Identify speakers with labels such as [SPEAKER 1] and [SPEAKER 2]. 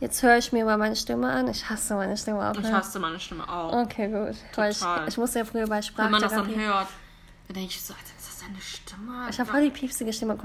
[SPEAKER 1] Jetzt höre ich mir mal meine Stimme an. Ich hasse meine Stimme auch.
[SPEAKER 2] Ich
[SPEAKER 1] ne?
[SPEAKER 2] hasse meine Stimme auch.
[SPEAKER 1] Okay, gut. Weil ich,
[SPEAKER 2] Total.
[SPEAKER 1] ich musste ja früher bei
[SPEAKER 2] Wenn man das dann
[SPEAKER 1] Sprachtherapie.
[SPEAKER 2] hört, dann denke ich so, Alter, ist das deine Stimme?
[SPEAKER 1] Ich habe voll die piepsige Stimme. Guck mal,